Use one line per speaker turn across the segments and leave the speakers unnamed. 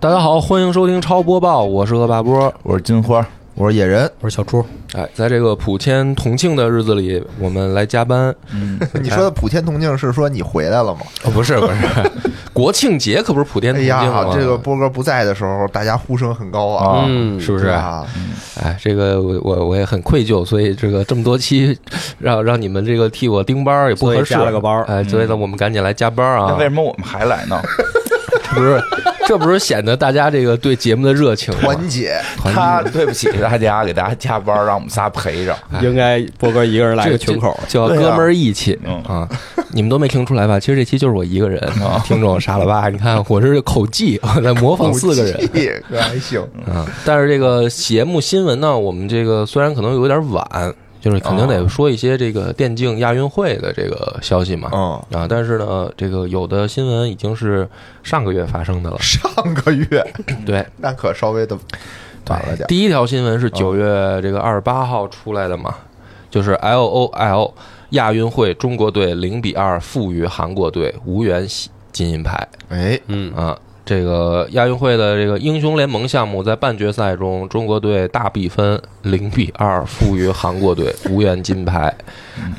大家好，欢迎收听超播报，我是恶霸波。
我是金花，
我是野人，
我是小朱，
哎，在这个普天同庆的日子里，我们来加班。
你说的普天同庆是说你回来了吗？
哦，不是不是， 国庆节可不是普天
哎
同庆
呀
吗？，
这个波哥不在的时候，大家呼声很高啊，
嗯，是不是？
啊？
哎，这个我我我也很愧疚，所以这个这么多期，让 让你们这个替我盯班儿也不合
所以
适，
加了个班儿嗯
哎，所以呢，我们赶紧来加班儿
那
啊
为！什么我们还来呢？
不是， 这不是显得大家这个对节目的热情吗？
团结，
他对不起大家，给大家加班，让我们仨陪着。
哎
应该波哥一个人来
这
个群口，
叫
对啊
哥们儿义气
嗯
啊！你们都没听出来吧？其实这期就是我一个人，听众傻了吧？你看我这是口技，我在模仿四个人
人， 还行。
啊。但是这个节目新闻呢，我们这个虽然可能有点晚，就是肯定得说一些这个电竞亚运会的这个消息嘛。
嗯，
啊，但是呢，这个有的新闻已经是上个月发生的了。
上个月
对，
那可稍微的晚了点儿，
哎第一条新闻是九月这个二十八号出来的嘛，就是 L O L 亚运会中国队零比二负于韩国队，无缘金银牌
哎，
嗯，
啊。这个亚运会的这个英雄联盟项目在半决赛中，中国队大比分零比二负于韩国队，无缘金牌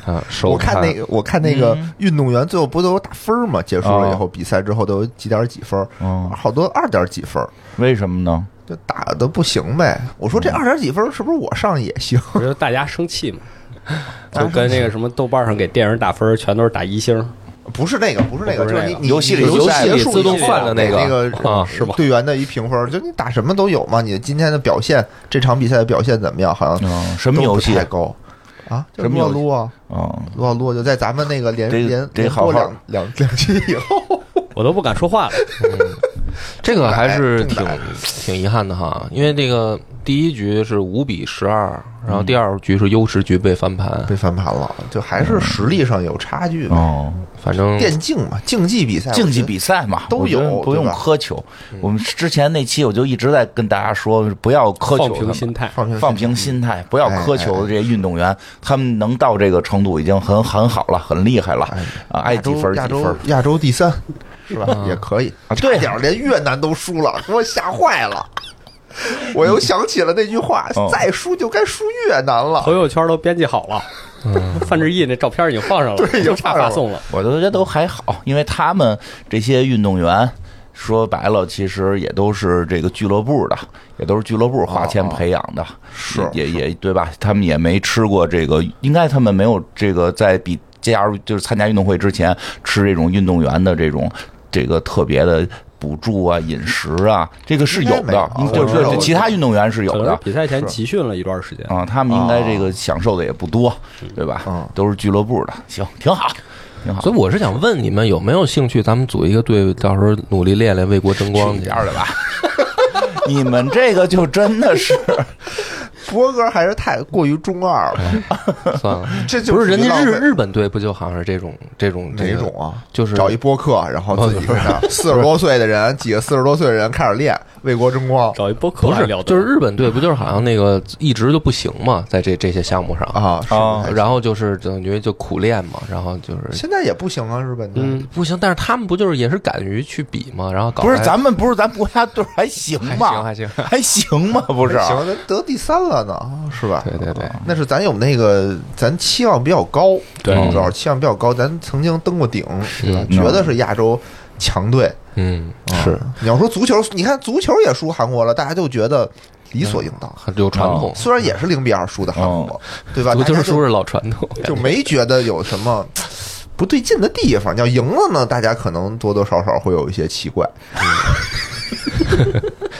啊。首
嗯我看那个，我看那个
嗯
运动员最后不都有打分吗？结束
哦
了以后，比赛之后都有几点几分，
嗯，
好多二点几分，
为什么呢？
就打的不行呗。我说
嗯
这二点几分是不是我上也行？
不是大家生气嘛，就跟那个什么豆瓣上给电影打分，全都是打一星，
不是那个，不是那个，
不
就是是
那个
你你
游戏里
游
游
戏
戏
结
里
束
自动
以后
换的那
给
个
那呃
啊是吧
队员的一评分，就你打什么都有嘛。你今天的表现，这场比赛的表现怎么样？好像
嗯，什么游戏
哦都不太？高啊？就
什么游戏
撸啊
嗯，
撸啊撸啊，就在咱们那个连
得
连
得
连
好
播
好
两两两期以 后，
我都不敢说 话了。
这个还是
重
挺
打
挺遗憾的哈，因为这个第一局是五比十二，然后第二局是优势局被翻盘，
嗯被翻盘了，就还是实力上有差距嘛。
哦，
反正
电竞嘛，竞技比赛，
竞技比赛嘛，
都
我觉得
有
不用
对吧嗯
苛求。我们之前那期我就一直在跟大家说，不要苛求
放
他
平
们
心态
赛，放平
放平心态，不要苛
哎
求这些运动员，他们能到这个程度已经很很好了，很厉害了
哎
啊！爱几分
亚
儿几
洲
分
亚
儿
洲，亚洲第三是吧？
嗯
也可以，
啊
差点儿连越南都输了，给我吓坏了。我又想起了那句话
嗯
哦，
再输就该输越南
朋
了。
友圈都编辑好了，
嗯
范志毅那照片已经放上了，
对已经
就
放
差
上了
发送了。
我都觉得都还好，因为他们这些运动员。说白了，其实也都是这个俱乐部的，也都是俱乐部花钱培养的，
哦是
也也对吧？他们也没吃过这个，应该他们没有这个在比加入就是参加运动会之前吃这种运动员的这种这个特别的补助啊、饮食啊，这个是有
应该没
的。
有啊
就
我知道
是其他运动员是有
可能
的
是，比赛前集训了一段时间，
啊，他们应该这个享受的也不多，对吧
嗯？
都是俱乐部的，行，挺好，挺好。
所以我是想问你们有没有兴趣，咱们组一个队，到时候努力练练，为国争光
去你
去。
家去吧。 你们这个就真的 是，
博哥还是太过于中二 了，
算 了，
这就
哎不是人家
浪
日
费
日本队不就好像是这种这种这
哪
个
种啊？
就是
找一播客，然后自己跟那四十多岁的人，几个四十多岁的人开 始练为国争光
找一播客
不
来
是
聊，
就是日本队不就是好像那个一直就不行嘛，在这这些项目上，
啊！是
啊
不太
然后就是等于就苦练嘛，然后就是。
现在也不行啊，日本队。
嗯，不行，但是他们不就是也是敢于去比嘛，然后搞
不是
来
咱们不是咱国家队还行 吗？
还行还嗯
还行吗？不是，
行，咱啊得第三了呢，是吧？
对对对，
那是咱有那个，咱期望比较高，
对
主要是期望比较高。咱曾经登过顶，是吧
嗯？
觉得是亚洲强队。
嗯，
是，你要说足球，你看足球也输韩国了，大家就觉得理所应当。
很有传统，
虽然也是零比二输的韩国，对吧？
足球
大家就
输是老传统，
就没觉得有什么不对劲的地方。要赢了呢，大家可能多多少少会有一些奇怪。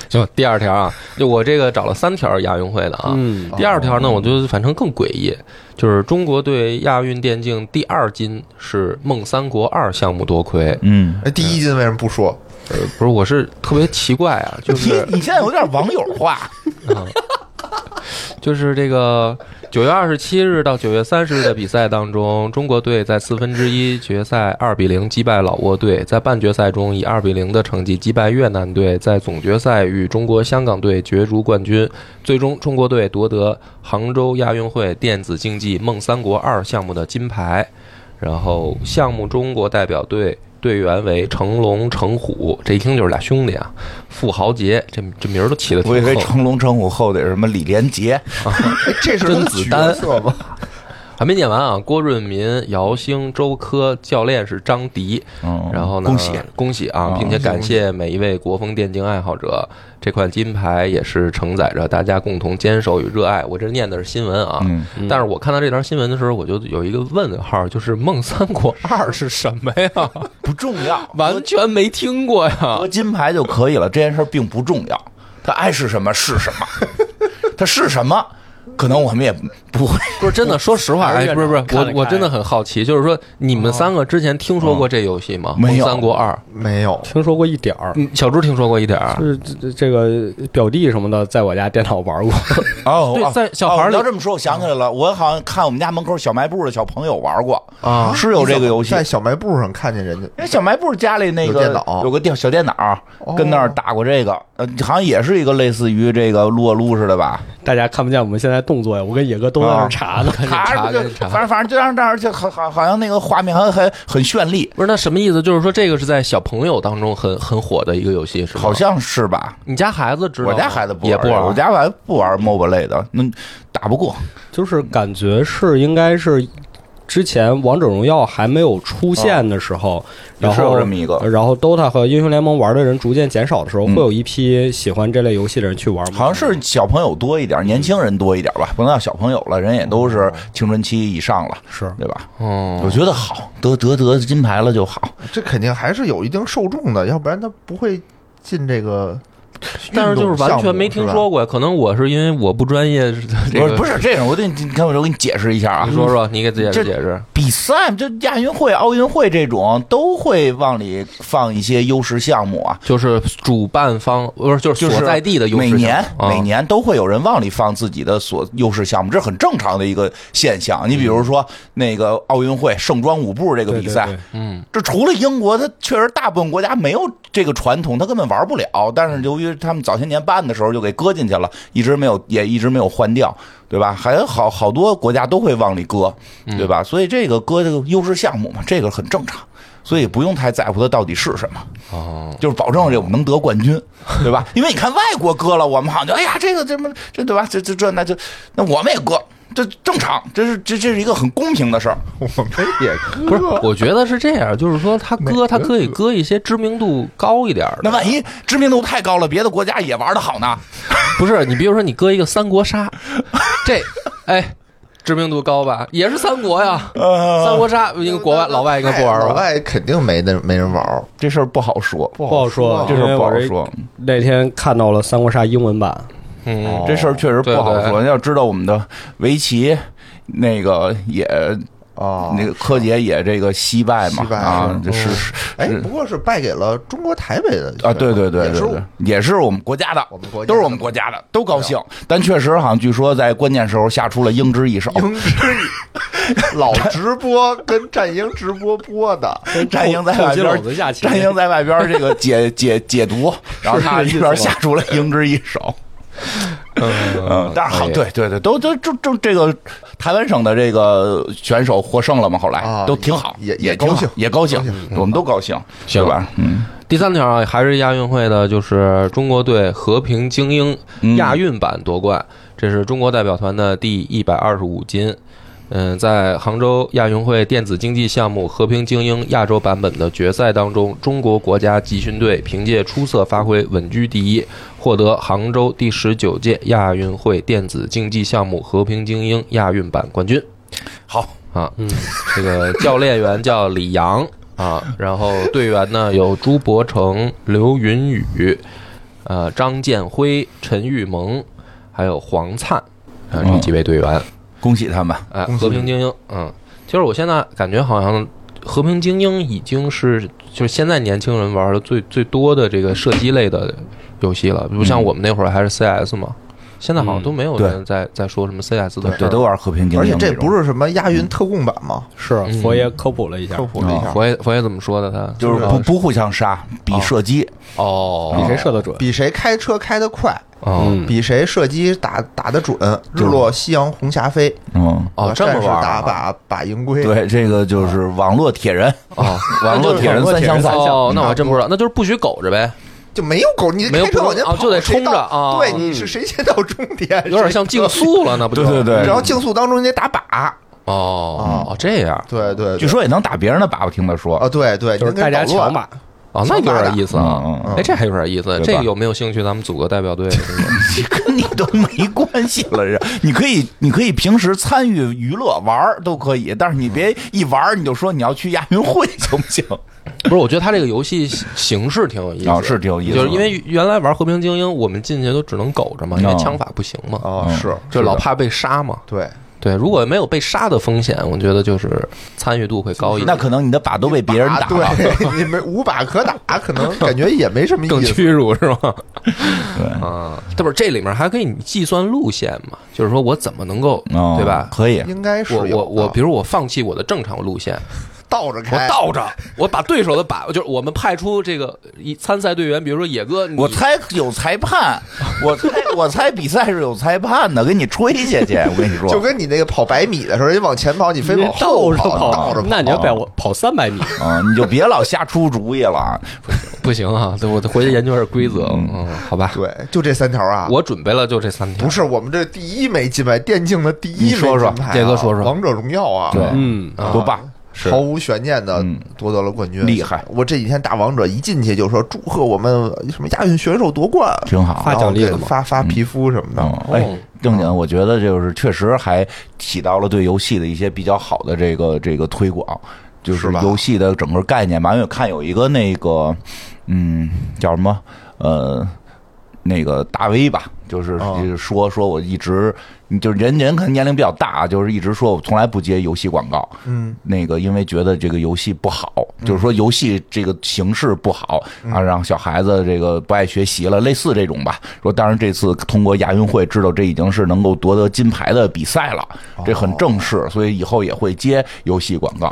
行，第二条啊，就我这个找了三条亚运会的啊。
嗯，
第二条呢，我就反正更诡异，就是中国队亚运电竞第二金是孟三国二项目夺魁。
嗯，
哎，第一金为什么不说？
呃，不是，我是特别奇怪啊，就
你
是
你现在有点网友化，
就是这个九月二十七日到九月三十日的比赛当中，中国队在四分之一决赛二比零击败老挝队，在半决赛中以二比零的成绩击败越南队，在总决赛与中国香港队角逐冠军。最终，中国队夺得杭州亚运会电子竞技“梦三国二”项目的金牌。然后，项目中国代表队队员为成龙、成虎，这一听就是俩兄弟啊。傅豪杰，这这名儿都起的 挺
我以为
横
成龙称呼后得是什么李连杰，
这是
甄
他
子
角
丹
色吗？
还没念完啊！郭润民、姚兴、周科，教练是张迪。
嗯，
然后呢，
恭喜，
恭喜啊
啊！
并且感谢每一位国风电竞爱好者，这块金牌也是承载着大家共同坚守与热爱。我这念的是新闻啊，
嗯，
但是我看到这条新闻的时候，我就有一个问号，就是《梦三国二》是什么呀？
不重要，
完全没听过呀！
得金牌就可以了，这件事儿并不重要，他爱是什么是什么，他是什么，可能我们也不会。
不是真的，说实话，
还是
哎，
院
不是不是，
长看
我
了
我
看
真的很好奇，就是说你们三个之前听说过这游戏吗？
没
梦
有
三国二》，
没有，
听说过一点儿，
嗯，小猪听说过一点儿
就。是这这这个表弟什么的，在我家电脑玩过，
哦，
对
哦
在小孩儿
哦
里
你要这么说，我想起来了，我好像看我们家门口小卖部的小朋友玩过
啊
是有这个游戏。
在小卖部上看见人家
因为小卖部家里那个
有电脑哦
有个电小电脑，跟那儿打过这个，呃，好像也是一个类似于这个撸啊撸似 的吧？
大家看不见我们现在动作呀，我跟野哥都在那
啊
儿查 呢。
查
还是
赶紧查
就反正反正就让这儿就好好好像那个画面还很很绚丽，
不是，那什么意思？就是说这个是在小朋友当中很很火的一个游戏，是吗？
好像是吧？
你家孩子知道
我
吗？
家孩子
也
不
不玩，
我家孩子不玩 MOBA 类的，那打不过。
就是感觉是应该是之前王者荣耀还没有出现的时候，然
是有
后
这么一个，
然后 DOTA 和英雄联盟玩的人逐渐减少的时候，
嗯
会有一批喜欢这类游戏的人去玩吗？
好像是小朋友多一点，年轻人多一点吧，不能叫小朋友了，人也都是青春期以上了，
是
对吧？
哦，
我觉得好，得得得金牌了就好。
这肯定还是有一定受众的，要不然他不会进这个运动项目。
但是就是完全没听
是吧
说过，可能我是因为我不专业，
不
这
是
个
不是这种，我得你看我就给你解释一下啊
你。说说，你给解释
这
解释。
比赛就亚运会、奥运会这种都会往里放一些优势项目啊，
就是主办方不是就是
就是
所在地的优势
每
项
年
目
每
啊
年都会有人往里放自己的所优势项目，这很正常的一个现象。你
嗯
比如说那个奥运会盛装舞步这个
对
比赛，
对对
嗯，
这除了英国，它确实大部分国家没有这个传统，它根本玩不了。但是由于他们早些年办的时候就给搁进去了，一直没有，也一直没有换掉，对吧？还有好好多国家都会往里搁，
嗯
对吧？所以这个搁这个优势项目嘛，这个很正常。所以不用太在乎它到底是什么，
哦，
就是保证这我们能得冠军，对吧？因为你看外国搁了，我们好像就哎呀，这个这么这对吧？这这这那就那我们也搁，这正常，这是这这是一个很公平的事儿。
我们也割
不是，我觉得是这样，就是说他割，他可以割一些知名度高一点儿
那
的，
万一知名度太高了，别的国家也玩的好呢？
不是你比如说你割一个三国杀，这哎知名度高吧，也是三国呀，
啊
三国杀一个国外老外应该不玩
哎老
吧？
外肯定没那没人玩儿。
这事儿不好说，
不好说，
这事
因为
儿不
我
好
这
说，
那天看到了《三国杀》英文版，
嗯，
这事儿确实不好
对
说。
对
要知道我们的围棋，那个也
啊
那个柯洁也这个惜败嘛
惜败
啊，这是
哎，
是
不过是败给了中国台北的
啊，对对对
也是
对 对，也是我们国家的啊
我们国，家的
都是我们国家的，都高兴。但确实好像据说在关键时候下出了应之一手，
英直老直播跟战鹰直播播的，
战鹰在外边
扣
儿
扣鸡篓子下棋
战鹰在外边儿这个解解解 毒，然后他一边下出了应之一手。 嗯，但是好，
可以
对对对，都都这这这个台湾省的这个选手获胜了嘛？后来
啊
都挺好，
也
也
也高
挺好
兴嗯
也高兴，我们都高兴，
行
对吧？嗯，
第三条啊还是亚运会的，就是中国队和平精英
嗯
亚运版夺冠，这是中国代表团的第一百二十五金。嗯，在杭州亚运会电子竞技项目和平精英亚洲版本的决赛当中，中国国家集训队凭借出色发挥稳居第一，获得杭州第十九届亚运会电子竞技项目和平精英亚运版冠军。
好，
啊，嗯，这个教练员叫李阳啊，然后队员呢有朱伯成、刘云雨、呃张建辉、陈玉萌，还有黄灿啊
嗯
这几位队员，
恭喜他们。
哎，和平精英，嗯，就是我现在感觉好像和平精英已经是就是现在年轻人玩的最最多的这个射击类的游戏了，不像我们那会儿还是 CS 嘛，现在好像都没有
嗯对
人在在说什么 CS 的事
对，
儿
都。玩和平精英，
而且这不是什么亚运特供版吗？
是佛爷科普了一下
嗯科，普了一下，
佛爷佛爷怎么说的他？
就是不不互相杀，比射击，
哦，
比谁射得准？
比谁开车开得快，
哦
嗯
比谁射击打打得准。日落西洋红霞飞，
嗯，
哦，这么
战士
玩儿
打
啊
靶靶银龟，
对，这个就是网络铁人，
哦。
啊网络铁人三项赛，
哦，那我还真不知道，那就是不许苟着呗，
就没有狗，你
没有
开车往前
不能
跑，
啊就得
谁
冲着
到
啊
对，
嗯
你是谁先到终点，
有点像竞速了，那不就
对哎对嗯对，
然后竞速当中你得打靶，
哦哦这样
对对，
据
对
说也能打别人的靶，我听他说
啊，对对，
就是
您给
大家
捣乱
抢把，
哦，那有点意思啊
嗯嗯，嗯
哎，这还有点意思，
吧
这个有没有兴趣？咱们组个代表队，
这跟你都没关 系了，这你可以，你可以平时参与娱乐玩儿都可以，但是你别一玩儿你就说你要去亚运会，行不行？
不是，我觉得他这个游戏形式挺有意思
啊，
的，
是挺有意思的，
就是因为原来玩和平精英，我们进去都只能苟着嘛，因为
嗯
枪法不行嘛，
哦
嗯
是
就老怕被杀嘛。
对，
对，如果没有被杀的风险，我觉得就是参与度会高一
那
点，
可能你的靶都被别人打了，
啊对，你没无靶可打，可能感觉也没什么
更
意思。
屈辱是吗？
对
啊，这不是这里面还可以你计算路线嘛？就是说我怎么能够
哦
对吧？
可以，
应该是
我
有
我我，
的
比如我放弃我的正常路线，
倒着
我
开，
倒着，我把对手的靶，就是我们派出这个一参赛队员，比如说野哥，你
我猜有裁判，我猜我猜比赛是有裁判的，给你吹去去，我跟你
就
说，
跟你那个跑百米的时候，你往前跑，你非往后
倒着
跑，倒
跑
着跑，
那你要跑跑三百米，
啊，你就别老瞎出主意了，
不行啊，对我得回去研究一下规则，嗯，好吧。
对，就这三条啊。
我准备了就这三条，
不是我们这第一枚金牌，电竞的第一
你
枚
说说
金牌啊
杰哥说说
王者荣耀啊，
对
嗯，
啊
多棒，是
毫无悬念的
嗯
夺得了冠军，
厉害
我这几天打王者一进去就说祝贺我们什么亚运选手夺冠，
挺好。
发奖励了
然后
吗
给发发皮肤什么的，
嗯，
哦
哎，正经，我觉得就是确实还起到了对游戏的一些比较好的这个这个推广，就是是
吧
游戏的整个概念吧。因为我看有一个那个，嗯，叫什么呃，那个大 V 吧，就是
哦
就是说说我一直就是人人可能年龄比较大，啊就是一直说我从来不接游戏广告，
嗯，
那个因为觉得这个游戏不好，就是说游戏这个形式不好啊，让小孩子这个不爱学习了，类似这种吧。说当然这次通过亚运会知道这已经是能够夺得金牌的比赛了，这很正式，所以以后也会接游戏广告。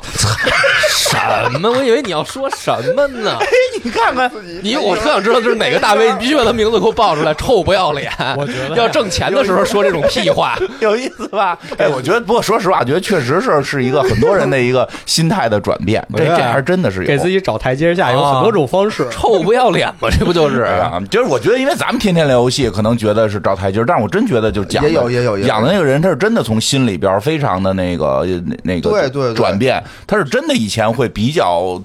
什么？我以为你要说什么呢？
你看看，
你我特想知道这是哪个大 V，你必须把他名字给我报出来，臭不要脸！我觉得要挣钱的时候说这种屁话，
有意思吧？ 哎，我觉得，不过说实话，觉得确实是是一个很多人的一个心态的转 变，这
觉得
这还是真的是有。
给自己找台阶下
啊
有很多种方式。
臭不要脸嘛，这不就是？
嗯
对啊，就是我觉得，因为咱们天天聊游戏，可能觉得是找台阶儿，但是我真觉得就讲的
也有也有也有
讲的那个人，他是真的从心里边儿非常的那个呃那那个
对对对
转变，他是真的以前会比较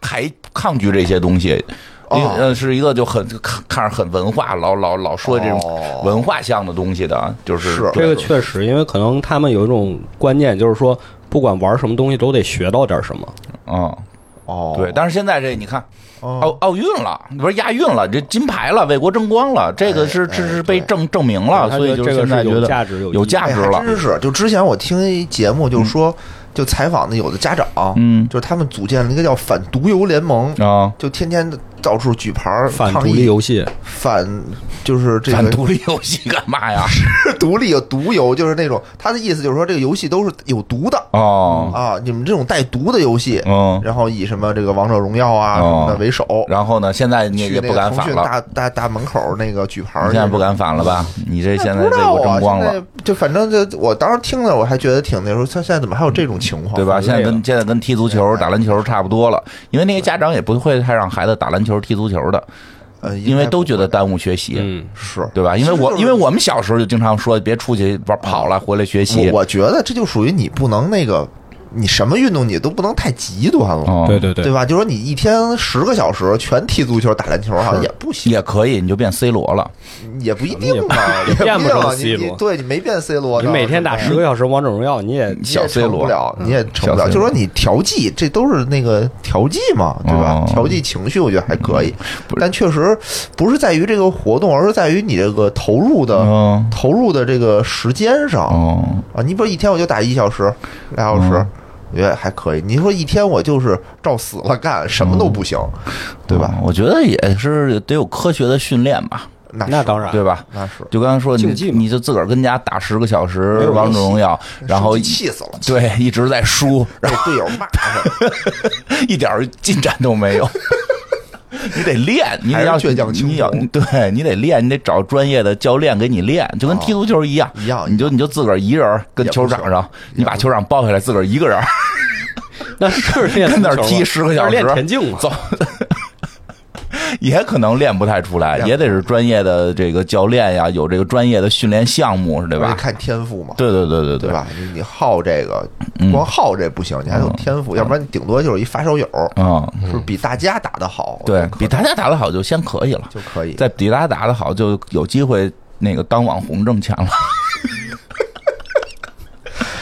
排抗拒这些东西。
哦
因为呃，是一个就很看看着很文化，老老老说这
哦
种文化向的东西的，啊就是
是
这个确实，因为可能他们有一种观念，就是说，不管玩什么东西都得学到点什么。
嗯
哦，
对。但是现在这你看奥
哦，
奥运了，不是亚运了，这金牌了，为国争光了，这个是
哎
是
哎
是被
对
证证明了，
他
所以
觉
就
得这个
现在
是有
觉得
价值有
有
意义
价
哎，
值
还
了，
真是。就之前我听一节目，就说就采访的有的家长，
嗯
就是他们组建了一个叫反毒油联盟，
啊。
就天天到处举牌儿
反
抗
独立
议
游戏，
反，就是这
反
个
独立游戏干嘛呀？
独立有毒油，就是那种他的意思就是说这个游戏都是有毒的
哦，
啊，你们这种带毒的游戏，
嗯，
然后以什么这个王者荣耀啊
哦
什么的为首，
然后呢？现在你
去
也
那
不
个
敢
腾
反
讯
了，
大大大门口那个举牌儿
你
去，
现在不敢反了吧？
嗯
你这现在
不知
为
道
国
啊，
争光
现
了，
在就反正就我当时听了，我还觉得挺那时候，他现在怎么还有这种情况，
对吧？
很累
现在跟
了
现在跟踢足球、打篮球差不多了，因为那些家长也不会太让孩子打篮球、踢足球的，
呃，
因为都觉得
大
耽误学习，
嗯，
是。
对吧？因为我
其实就是啊
因为我们小时候就经常说别出去玩跑了，回来学习
我。我觉得这就属于你不能那个，你什么运动你都不能太极端了，
哦
对对对
对，吧？就说你一天十个小时全踢足球、打篮球，啊好像也不行，
也可以，你就变 C 罗了。
也不一定啊，
也
不一
变不
定啊
成。
你
C
你
罗
对你没变 C 罗，
你每天打十个小时王者荣耀，你也
你也
小 C
成不
罗，
了，你也成不
小
了。
C
就
罗
说你调剂，这都是那个调剂嘛，对吧
哦？嗯
调剂情绪，我觉得还可以
不，是
但确实不是在于这个活动，而是在于你这个投入的
嗯
投入的这个时间上
哦，
啊。你比如一天我就打一小时、俩小时
嗯。
我觉得还可以。你说一天我就是照死了干，什么都
嗯
不行，对吧？
嗯？我觉得也是得有科学的训练吧，
那
那
是
当然
对吧？
那是，
就刚才说，你
竞技嘛
你就自个儿跟家打十个小时
没有
王者
游戏
荣耀，然后
生气气死了，
对一直在输，
被队友骂上了。
一点儿进展都没有。 你得练，你得要
还是倔强轻
你要
功
对你得练，你得找专业的教练给你练，就跟
哦
踢足球一样，
一样
你就你就自个儿一人儿跟
也不
球
行
场上，你把
不
球场包下来，自个儿一个 人儿
那是练
跟那儿
足球
踢
吗
10个小时
那是练田径嘛？
走。 也可能练不太出来，
练不
也得是专业的这个教练呀，有这个专业的训练项目，对
而且
吧？
哎看天赋嘛，
对对对对
对
对？
吧？你你好这个，
嗯
光好这不行，你还得有天赋，要不然你顶多就是一发烧友，
嗯，
是不是比大家打得好？
对
可
比大家打得好就先可以了，
就可以。
再比大家打得好就有机会那个当网红挣钱了。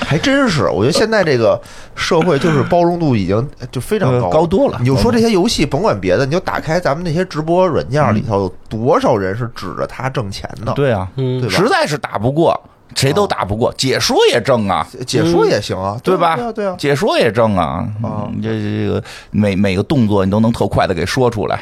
还真是，我觉得现在这个社会就是包容度已经就非常高
呃高多了嗯
你就说这些游戏，甭管别的，你就打开咱们那些直播软件里头，有多少人是指着它挣钱的？，
对啊，
嗯
对吧啊
实在是打不过，谁都打不过，解说也挣啊，
解说也行啊，
嗯对吧？
对啊，对啊，
解说也挣啊，
啊
嗯这这个每每个动作你都能特快的给说出来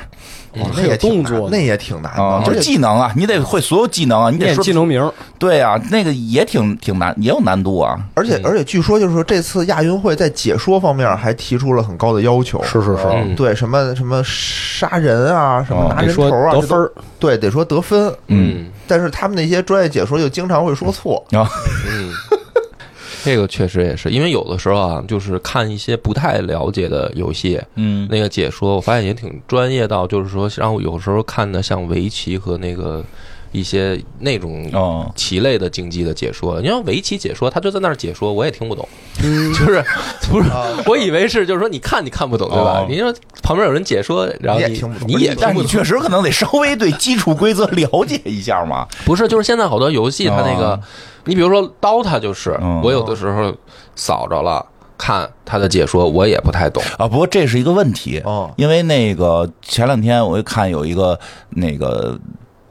哇
还
那
有
也挺
动
难，
作
那
呢，
也挺难
啊，
的，
就
而
是
且
技能啊，你得会所有技能啊，你得
念
说
技能名儿，
对啊，那个也挺挺难，也有难度 啊。
而且而且，据说就是说这次亚运会在解说方面还提出了很高的要求，
是是是
嗯
对什么什么杀人啊，什么
哦
拿
得
人头
说
啊，
得
这都
分儿，
对，得说得分。
嗯
但是他们那些专业解说就经常会说错，
啊，
嗯，这个确实也是，因为有的时候啊，就是看一些不太了解的游戏，
嗯，
那个解说，我发现也挺专业到，就是说让我有时候看的像围棋和那个一些那种
哦，
棋类的竞技的解说。你像围棋解说，他就在那儿解说，我也听不懂， 就是不是？我以为是就是说你看你看不懂对吧
哦？
你说旁边有人解说，然后
你也
你
听不懂
你也听
但是
不
你
懂，
确实可能得稍微对基础规则了解一下嘛。
不是，就是现在好多游戏，它那个
哦，
你比如说《DOTA》，就是
嗯
我有的时候扫着了看它的解说，我也不太懂。
啊，不过这是一个问题，
哦
因为那个前两天我又看有一个那个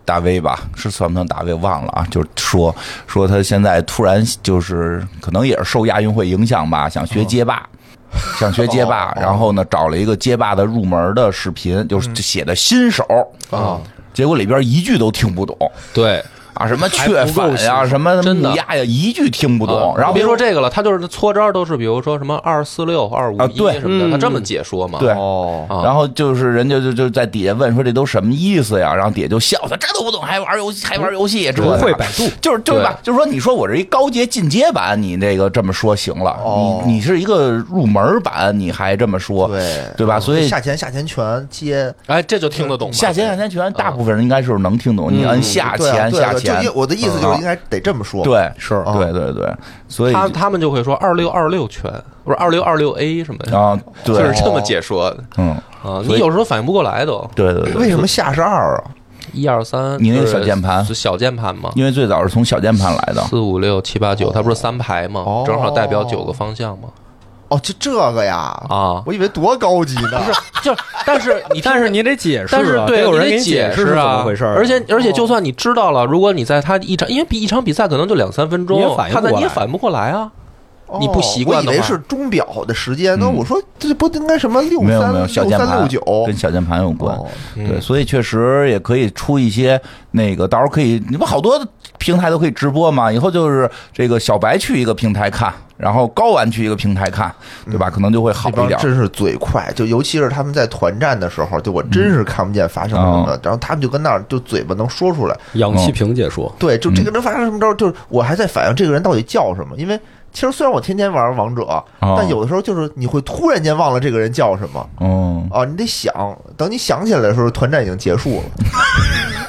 大 V 吧，是算不算大 V 忘了啊？就是说说他现在突然就是可能也是受亚运会影响吧，想学街霸。 想学街霸，
哦哦
然后呢，找了一个街霸的入门的视频，就是写的新手，
嗯哦
啊，
结果里边一句都听不懂
对，
啊，什么雀反呀、什么
真的
木鸭呀，一句听不
啊
懂。然后
别说这个了，他就是搓招都是，比如说什么二四六、二五
啊
一
对
什么的，
嗯
他这么解说嘛。
对
哦，
啊，
然后就是人家就就在底下问说这都什么意思呀？然后底下就笑他，这都不懂还玩游戏还玩游戏，这
不会百度，
就是就是吧，就是说你说我是一高阶进阶版，你这个这么说行了，
哦
你你是一个入门版，你还这么说，
对哦
对吧？所以
下潜下潜拳接
哎，这就听得懂吧。
下潜下潜拳大部分人应该是能听懂，你
嗯
按下
对啊
潜
对啊
下
对
潜
啊就，一我的意思就是应该得这么说，，
对，
是
啊
对对对，所以
他他们就会说二六二六拳，不是二六二六 A 什么的，
啊，
就
对
是，这么解说的
嗯，
啊。
所
你
以
有时候反应不过来都
对对对，
为什么下是二啊？
一二三，
你那个
就是
小键盘
是小键盘嘛，
因为最早是从小键盘来的，
四五六七八九，它不是三排嘛
哦，
正好代表九个方向嘛。
哦，就这个呀，
啊
我以为多高级呢，不是
就是，但是 你
但是你得解释啊，
但是
得
对，
有
你
人
得
给你
解
释是怎
啊，
么回事儿啊，
而且而且，就算你知道了，如果你在他一场，因为比一场比赛可能就两三分钟
你也，反应
他在
不过
你也
来
反应不过来啊。
哦
你不习惯
我以
的话
为是钟表的时间。那
嗯
我说这不应该什么六
没有
三
没有
六
小键
三
盘
六九
跟小键盘有关。
哦
嗯
对，所以确实也可以出一些那个，到时候可以，你不好多平台都可以直播嘛。以后就是这个小白去一个平台看，然后高玩去一个平台看，对
嗯
吧？可能就会好
这
一
帮
点。
真是嘴快，就尤其是他们在团战的时候，就我真是看不见发生什么的，然后他们就跟那儿就嘴巴能说出来，
氧气瓶解说，
对，就这个人发生什么招，就是我还在反应这个人到底叫什么，因为其实虽然我天天玩王者，但有的时候就是你会突然间忘了这个人叫什么
嗯，
啊，你得想，等你想起来的时候，团战已经结束了。嗯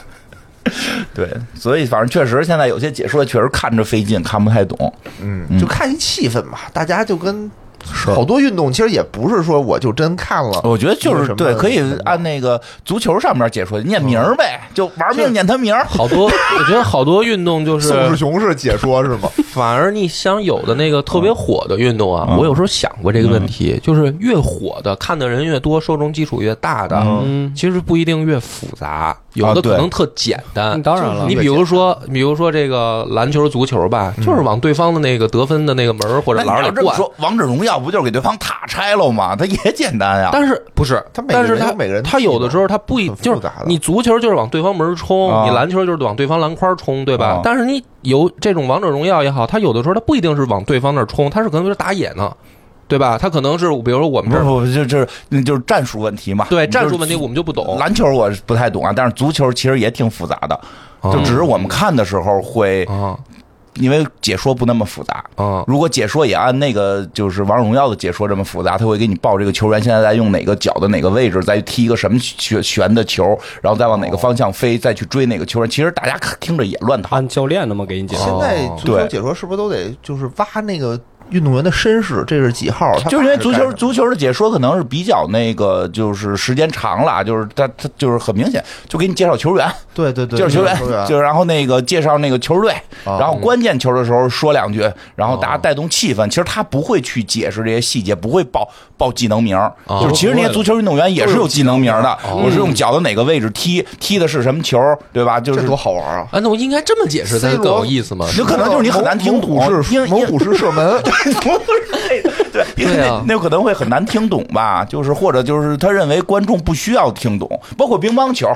对，所以反正确实现在有些解说确实看着费劲，看不太懂。
嗯，就看一气氛吧，大家就跟好多运动其实也不是说我就真看
哦
了，
我觉得就
有
是
什么
对，可以
什么
按那个足球上面解说念名儿呗，就玩命念他名儿。
好多， 我觉得好多运动就
宋世
是，
雄是解说是吗？
反而你想有的那个特别火的运动啊，
嗯
我有时候想过这个问题，就是越火的，看的人越多，受众基础越大的，
嗯，
其实不一定越复杂，有
啊
的
对
可能特简单。
当然了
你，比如说，比如说这个篮球、足球吧，就是往对方的那个得分的那个门儿或者
那你
篮
要
儿
这
里
么
灌。
说，王者荣耀不就是给对方塔拆了吗？它也简单呀。
啊但是不是
他每个
但是
人
他
有每个人的
他有
技
的
能
时候他不一
很复
就是
杂的
你足球就是往对方门儿冲，
啊
你篮球就是往对方篮筐冲，对吧？
啊
但是你有这种王者荣耀也好，他有的时候他不一定是往对方那儿冲，他是可能就是打野呢，对吧？他可能是比如说我们
不
这
是
儿
不不，就就是那就是战术问题嘛。
对
嗯你就是
战术问题我们就不懂，
篮球我是不太懂啊，但是足球其实也挺复杂的，就只是我们看的时候会，
啊
因为解说不那么复杂。
啊
如果解说也按那个就是《王者荣耀》的解说这么复杂，他会给你报这个球员现在在用哪个脚的哪个位置，再踢一个什么旋旋的球，然后再往哪个方向飞，再去追哪个球员。其实大家看听着也乱套，
按教练那么给你解释。
现
哦
在足球
哦对
解说是不是都得就是挖那个运动员的身世，这是几号？他
就是因为足
干什
球
么
足球的解说可能是比较那个，就是时间长了啊，就是他他就是很明显，就给你介绍球员，
对对对，
介绍球员
运动，
就是然后那个介绍那个球队，
啊
然后关键球的时候说两句，然后大家带动气氛。其实他不会去解释这些细节，不会报报技能名儿，
哦
就是其实那些足球运动员也是有技能名儿的。
哦
我是用脚的哪个位置踢，踢的是什么球，对吧？就
这
是
多好玩啊！
啊，那我应该这么解释才
C
更
罗
有意思嘛？
有可能就是你很难听懂
猛虎，
因
式
为
猛虎式 射门，
对，因为
对
那、
啊
那可能会很难听懂吧，就是或者就是他认为观众不需要听懂，包括乒乓球，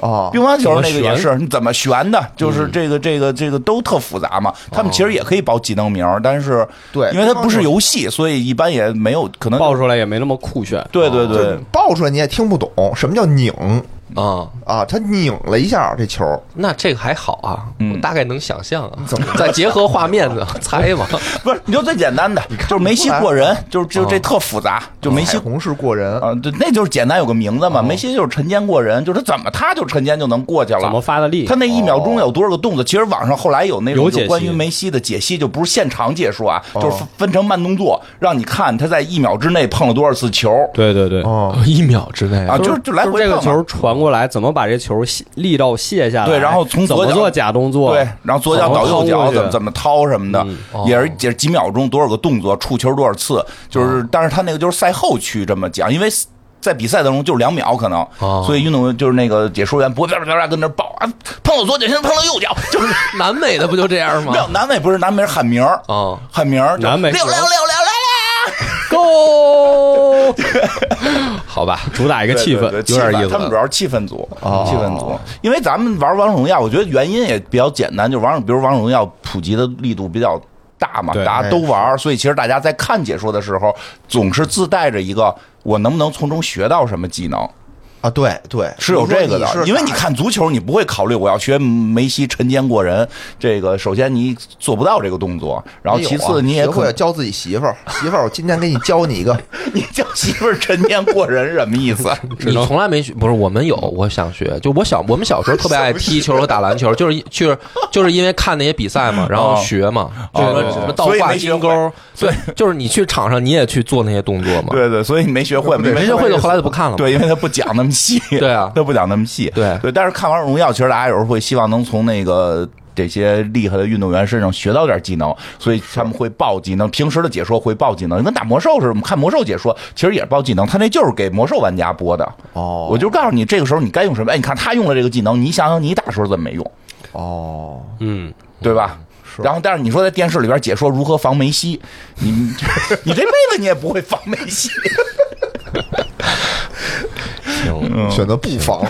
啊
乒乓球那个
怎么
也
旋
是，
嗯
你怎么旋的，就是这个这个这个都特复杂
哦
嘛。他们其实也可以报技能名儿，但是
对
因为它不是
乒乓球
游戏，所以一般也没有可能。
报出哦来也没那么酷炫，
对对对，
爆出来你也听不懂什么叫拧
啊，
啊，他拧了一下这球，
那这个还好啊，
嗯
我大概能想象啊，再结合画面呢 猜嘛，
不是你就最简单的，就是梅西过人，就是就这
哦
特复杂，就梅西
彩
哦
虹式过人
啊，对，那就是简单有个名字嘛。梅西就是晨间过人，就是他怎么他就晨间就能过去
怎么
了。
发的力
他？那一秒钟有多少个动作？其实网上后来有那种
有
就
解析
关于梅西的解析，就不是现场解说啊，
哦
就是分分成慢动作，让你看他在一秒之内碰了多少次球
对对对，
哦，
一秒之内
啊，就是就来
就是
回
这个
碰嘛。
球传过来，怎么把这球卸力道卸下来？
对然后从
怎
左
么
脚
做假动作？
对，然后左脚倒右脚，怎么怎么掏什么的
嗯，
哦
也是也是几秒钟多少个动作，触球多少次，就是，但是他那个就是赛后去这么讲，因为。在比赛当中就是两秒可能，
哦
所以运动员就是那个解说员不会叭叭叭叭跟那儿报啊，碰到左脚，现在碰到右脚，就是
南美的不就这样
没有
吗？
南美不是南美是喊名儿，
啊
喊名儿，就
南美
六六六六
，Go，好吧，
主打一个
六六，
气氛，
对对对
有
气氛
点意思
他
啊
们主
了。
要是气氛组，
哦
气氛组，因为咱们玩王者荣耀，我觉得原因也比较简单，就是王，比如王者荣耀普及的力度比较。大嘛，
对
大家都玩儿，所以其实大家在看解说的时候，总是自带着一个我能不能从中学到什么技能，
啊，对对，
是有这个
比如说
的。
你是哎
因为你
打
看足球，你不会考虑我要学梅西晨间过人，这个首先你做不到这个动作，然后
没有
其
啊
次你也
学
可
会了教自己媳妇儿，媳妇儿，我今天给你教你一个，
你叫媳妇儿晨间过人什么意思？
你从来没学，不是我们有，我想学。就我小，我们小时候特别爱踢球和打篮球，就是就是就是因为看那些比赛嘛，然后学嘛，就什么
哦
什么倒
所以
挂
没学
金
会
钩，对，就是你去场上你也去做那些动作嘛。
对对，所以你没学会嘛，
对
没学会就后来就不看了嘛。
对，因为他不讲那么细，
对啊
他不讲那么细，
对
对。但是看《王者荣耀》，其实大家有时候会希望能从那个这些厉害的运动员身上学到点技能，所以他们会报技能。平时的解说会报技能，跟打魔兽似的，我们看魔兽解说其实也是报技能，他那就是给魔兽玩家播的。
哦
我就告诉你，这个时候你该用什么？哎，你看他用了这个技能，你想想你打的时候怎么没用，
哦，
嗯，
对吧？
是
然后，但是你说在电视里边解说如何防梅西，你 你这辈子你也不会防梅西。
嗯选择不防，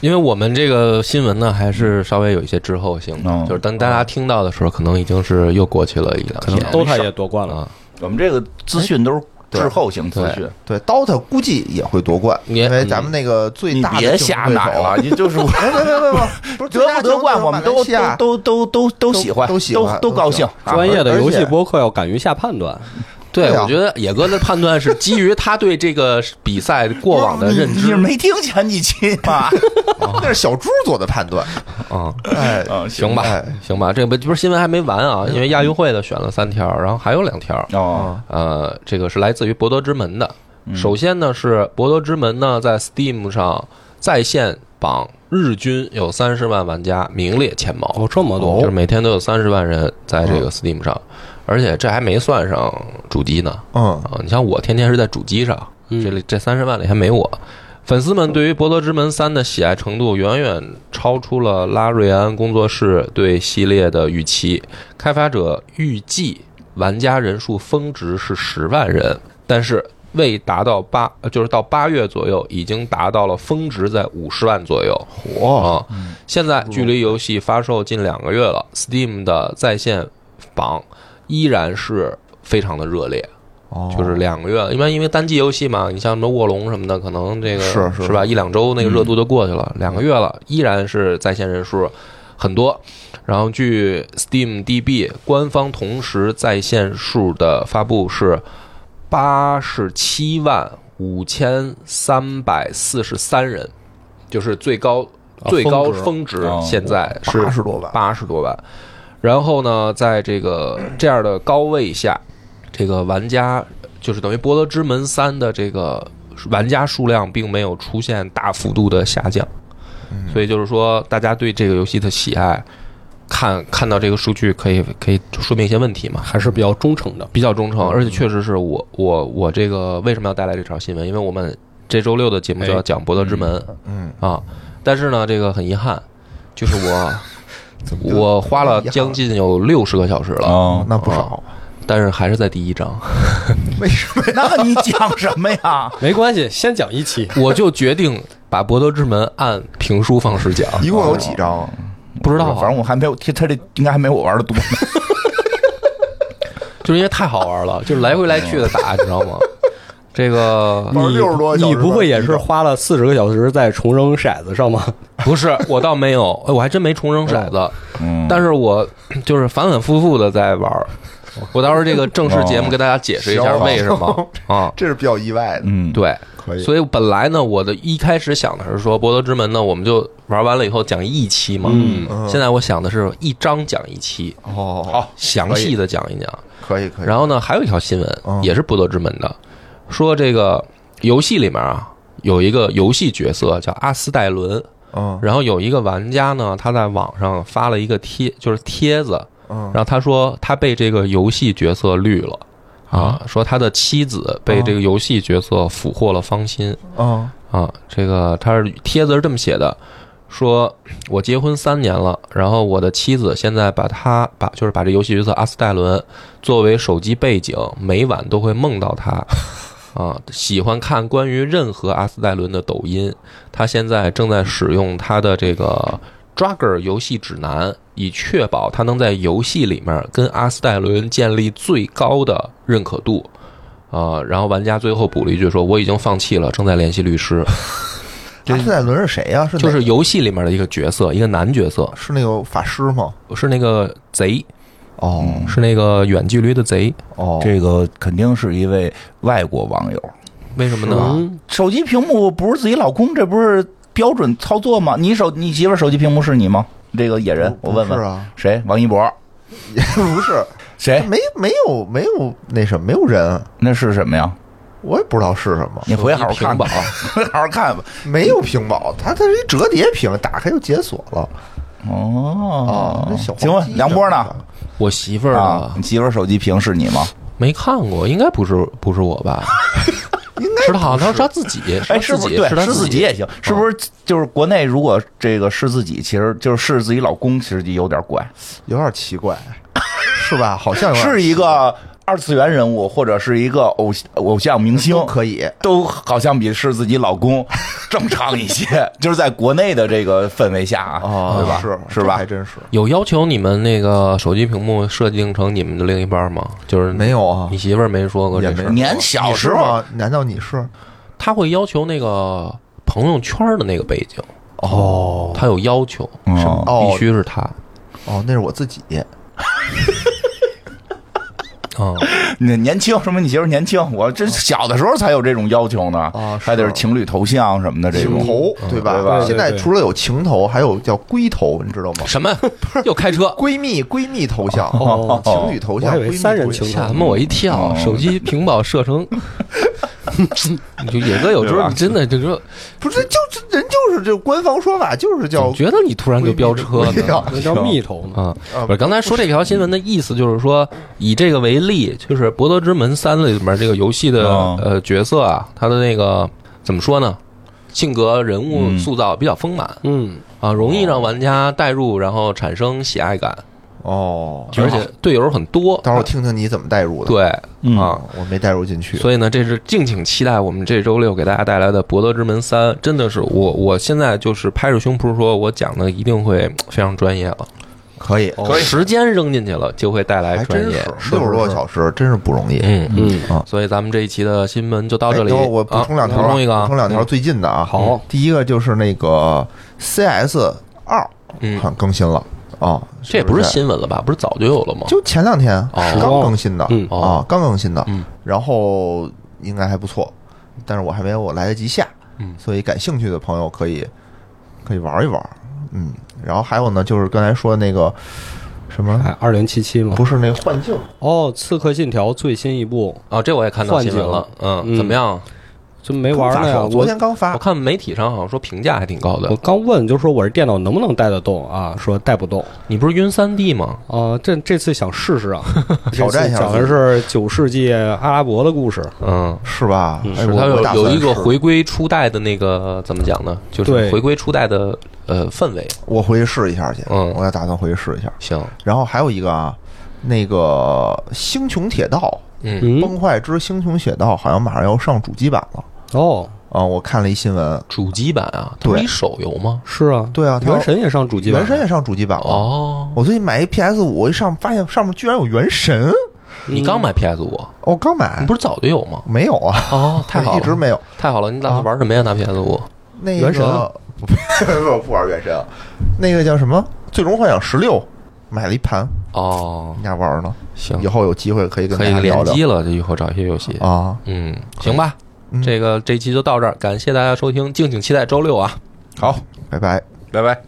因为我们这个新闻呢，还是稍微有一些滞后性的
嗯，
就是当大家听到的时候，可能已经是又过去了一两天
都他也夺冠了。
啊。
我们这个资讯都是滞后型资讯，
对，DOTA 估计也会夺冠，
也
因为咱们那个最
你
大的
别
竞争
瞎
对
奶
手啊
了，你就是我
别别别别别，不是
得不得冠，我们都
最大竞争对手马来西亚
都都都都喜欢，
啊都喜欢
都高兴。啊
专业的游
而
戏
且
播客要敢于下判断，
对，
对啊
我觉得野哥的判断是基于他对这个比赛过往
嗯
的认
你 你是
知
没听前几期吗？
那是小猪做的判断，
啊。
哎，
嗯，
行吧
哎，
行吧，这不不是新闻还没完啊，因为亚运会的选了三条，然后还有两条，
哦，
呃，这个是来自于博德之门的。
嗯
首先呢是博德之门呢在 Steam 上在线榜日均有三十万玩家，名列前茅。
哦，这么
就
多嗯
是，每天都有三十万人在这个 Steam 上，而且这还没算上主机呢
嗯，
啊！你像我天天是在主机上，
嗯
这里这三十万里还没我。粉丝们对于《博德之门三》的喜爱程度远远超出了拉瑞安工作室对系列的预期。开发者预计玩家人数峰值是十万人，但是未达到八，呃就是到八月左右已经达到了峰值在五十万左右。
火
啊、现在距离游戏发售近两个月了，Steam 的在线榜依然是非常的热烈
哦
就是两个月，一般因为单机游戏嘛，你像什么卧龙什么的，可能这个
是是嗯
是吧？一两周那个热度就过去了，两个月了，依然是在线人数很多。然后据 Steam DB 官方同时在线数的发布是八十七万五千三百四十三人，就是最高
啊
最高
峰值
峰值啊
哦，
现在是
八十多万，
八十多万。然后呢，在这个这样的高位下，这个玩家就是等于《博德之门三》的这个玩家数量并没有出现大幅度的下降，所以就是说，大家对这个游戏的喜爱，看看到这个数据可以可以说明一些问题嘛。
还是比较忠诚的。
比较忠诚，而且确实是我我我这个为什么要带来这条新闻？因为我们这周六的节目就要讲《博德之门》
嗯
啊，但是呢，这个很遗憾，就是 我
就
我花了将近有六十个小时了，
啊，
嗯那不少。
但是还是在第一章，
为什么？
那 你讲什么呀？
没关系，先讲一期。
我就决定把《博德之门》按评书方式讲，
一共有
哦
几张？
不知道啊
反正我还没有，他他这应该还没我玩的多呢。
就是因为太好玩了，就是来回来去的打，你知道吗？这个
玩60多个小
你
时吧
不会也是花了四十个小时在重扔骰子上吗？
不是我倒没有，哎，我还真没重扔骰子，
嗯，
但是我就是反反复复的在玩儿。我到时候这个正式节目给大家解释一下
哦
为什么啊？
这是比较意外的，
嗯，
对，
可以。
所以本来呢，我的一开始想的是说《博德之门》呢，我们就玩完了以后讲一期嘛。
嗯
嗯
现在我想的是一章讲一期，
哦，
好详细的讲一讲。
可以可以。
然后呢，还有一条新闻
嗯
也是《博德之门》的，说这个游戏里面啊有一个游戏角色叫阿斯戴伦，
嗯
然后有一个玩家呢，他在网上发了一个贴，就是帖子，
嗯
然后他说他被这个游戏角色绿了啊，说他的妻子被这个游戏角色俘获了芳心
嗯
啊。这个他是帖子是这么写的，说我结婚三年了，然后我的妻子现在把他把就是把这游戏角色阿斯戴伦作为手机背景，每晚都会梦到他。啊，喜欢看关于任何阿斯戴伦的抖音。他现在正在使用他的这个 Drugger 游戏指南，以确保他能在游戏里面跟阿斯戴伦建立最高的认可度。啊、然后玩家最后补了一句说：“我已经放弃了，正在联系律师。
啊
阿斯戴伦是谁啊呀？是”哪
就是游戏里面的一个角色，一个男角色，
是那个法师吗？
是那个贼，
哦
是那个远距离的贼。
哦，
这个肯定是一位外国网友。
为什么
是
啊
呢
吧？
嗯，
手机屏幕不是自己老公，这不是标准操作吗？你手你媳妇儿手机屏幕是你吗？这个野人，
不
我问
不是
问
啊，
谁？王一博，
不是，
谁？
没没有没有那什么，没有人，
那是什么呀？
我也不知道是什么，
你回去好好看吧， 好好看吧。
没有屏保，它它是一折叠屏，打开就解锁了。
哦
哦，那小黄
请
鸡
问梁波呢？
我媳妇儿
啊，
啊
你媳妇儿手机屏是你吗？
没看过，应该不是不是我吧？
应该
是他，好像是他自己，
哎，
是
是
他
不
自
是
己，
对
是他
是自己也行？哦是不是就是国内如果这个是自己，其实就是是自己老公，其实就有点怪，
有点奇怪，是吧？好像有点
是一个二次元人物或者是一个偶偶像明 星
都，可以，
都好像比是自己老公正常一些， 就是在国内的这个氛围下啊，对吧？
是
是
这
吧
还？真是
有要求你们那个手机屏幕设定成你们的另一半吗？就是
没有啊
你，媳妇儿没说过这事
也
儿
没，
年小
你是
时候
吗？难道你是？
她会要求那个朋友圈的那个背景，
哦
她有要求，
嗯
什么
哦
必须是她
哦，那是我自己，
啊。
你年轻，说明你媳妇儿年轻。我这小的时候才有这种要求呢，
啊是
还得是情侣头像什么的这
情
种。
头对吧？
对吧
现在除了有情头，还有叫龟头，你知道吗？
什 么？又开车？
闺蜜闺蜜头像，
哦
情侣头
我
像，
还以
闺
为
蜜
三人
头
情
像
啊吓他妈我一跳！
嗯
手机屏保设 成，你就野哥有时
对
候
吧
你真的就说，
不是就是人就是这官方说法就是叫
总觉得你突然就飙车
闺蜜
呢
的。
那叫蜜头嘛。
啊，
啊
不是，刚才说这条新闻的意思就是说，以这个为例，就是《博德之门三》里面这个游戏的
嗯
呃角色啊，他的那个怎么说呢？性格、人物
嗯哦
塑造比较丰满
嗯，
啊，容易让玩家代入，然后产生喜爱感，
哦，
而且队友很多。
到时候听听你怎么带入的。
对
嗯
啊，
我没带入进去。
所以呢，这是敬请期待我们这周六给大家带来的《博德之门三》，真的是我我现在就是拍着胸脯说，我讲的一定会非常专业了。
可以，
可以哦
时间扔进去了，就会带来
还
专
真
业
是。六十多个小时，真是不容易。
嗯
嗯
所以咱们这一期的新闻就到
哎
这里。
等会儿我补充两条
啊
啊，
补充一个啊，
补充两条最近的啊。
好，
第一个就是那个 CS 二，
嗯。嗯，
看更新了啊，
这也不是
在，
新闻了吧？不是早就有了吗？
就前两天
哦
刚更新的
嗯
哦
啊，刚更新的
嗯，
然后应该还不错，但是我还没有来得及下
嗯，
所以感兴趣的朋友可以可以玩一玩，嗯，然后还有呢，就是刚才说那个什么，
哎，二零七七嘛。
不是那个幻境，
哦，《刺客信条》最新一部
哦，这我也看到新闻了。嗯，
嗯
怎么样？
就没玩
刚
呢
发
呀，
售昨
我
天刚发
我，看媒体上好像说评价还挺高
我
的。
刚问就说我这电脑能不能带得动啊？说带不动。
你不是晕三 D 吗？
啊，这这次想试试啊，
挑战一下
这次讲的是九世纪阿拉伯的故事，
嗯，
是吧？哎
是
我
它
我
有
打
有
算
一个
是
回归初代的那个怎么讲呢？就是
对
回归初代的呃氛围。
我回去试一下去，
嗯
我也打算回去试一下。
行，
然后还有一个啊，那个《星穹铁道》
嗯
嗯，
崩坏之《星穹铁道》好像马上要上主机版了
哦，
啊、我看了一新闻，
主机版啊，它不
对
是一手游吗？
是啊，
对啊，它
原神也上主机版，
原神也上主机版了。
哦，
我最近买一 PS 五，我一上发现上面居然有原神，
你刚买 PS 五，
我、刚买
你，不是早就有吗？
没有啊，
哦，太好
一直
了，
没哦有。
太好了！你打算玩什么呀？拿 PS 五？
那个
原神
不不不玩原神啊，那个叫什么《最终幻想十六》，买了一盘，
哦
你，俩玩呢？
行
以，后有机会可以
嗯
跟
可
大
以
家聊
联
聊
机了，就以后找一些游戏。
啊。
嗯，行吧，
嗯
这个这一期就到这儿，感谢大家收听，敬请期待周六啊。
好，拜拜。
拜拜。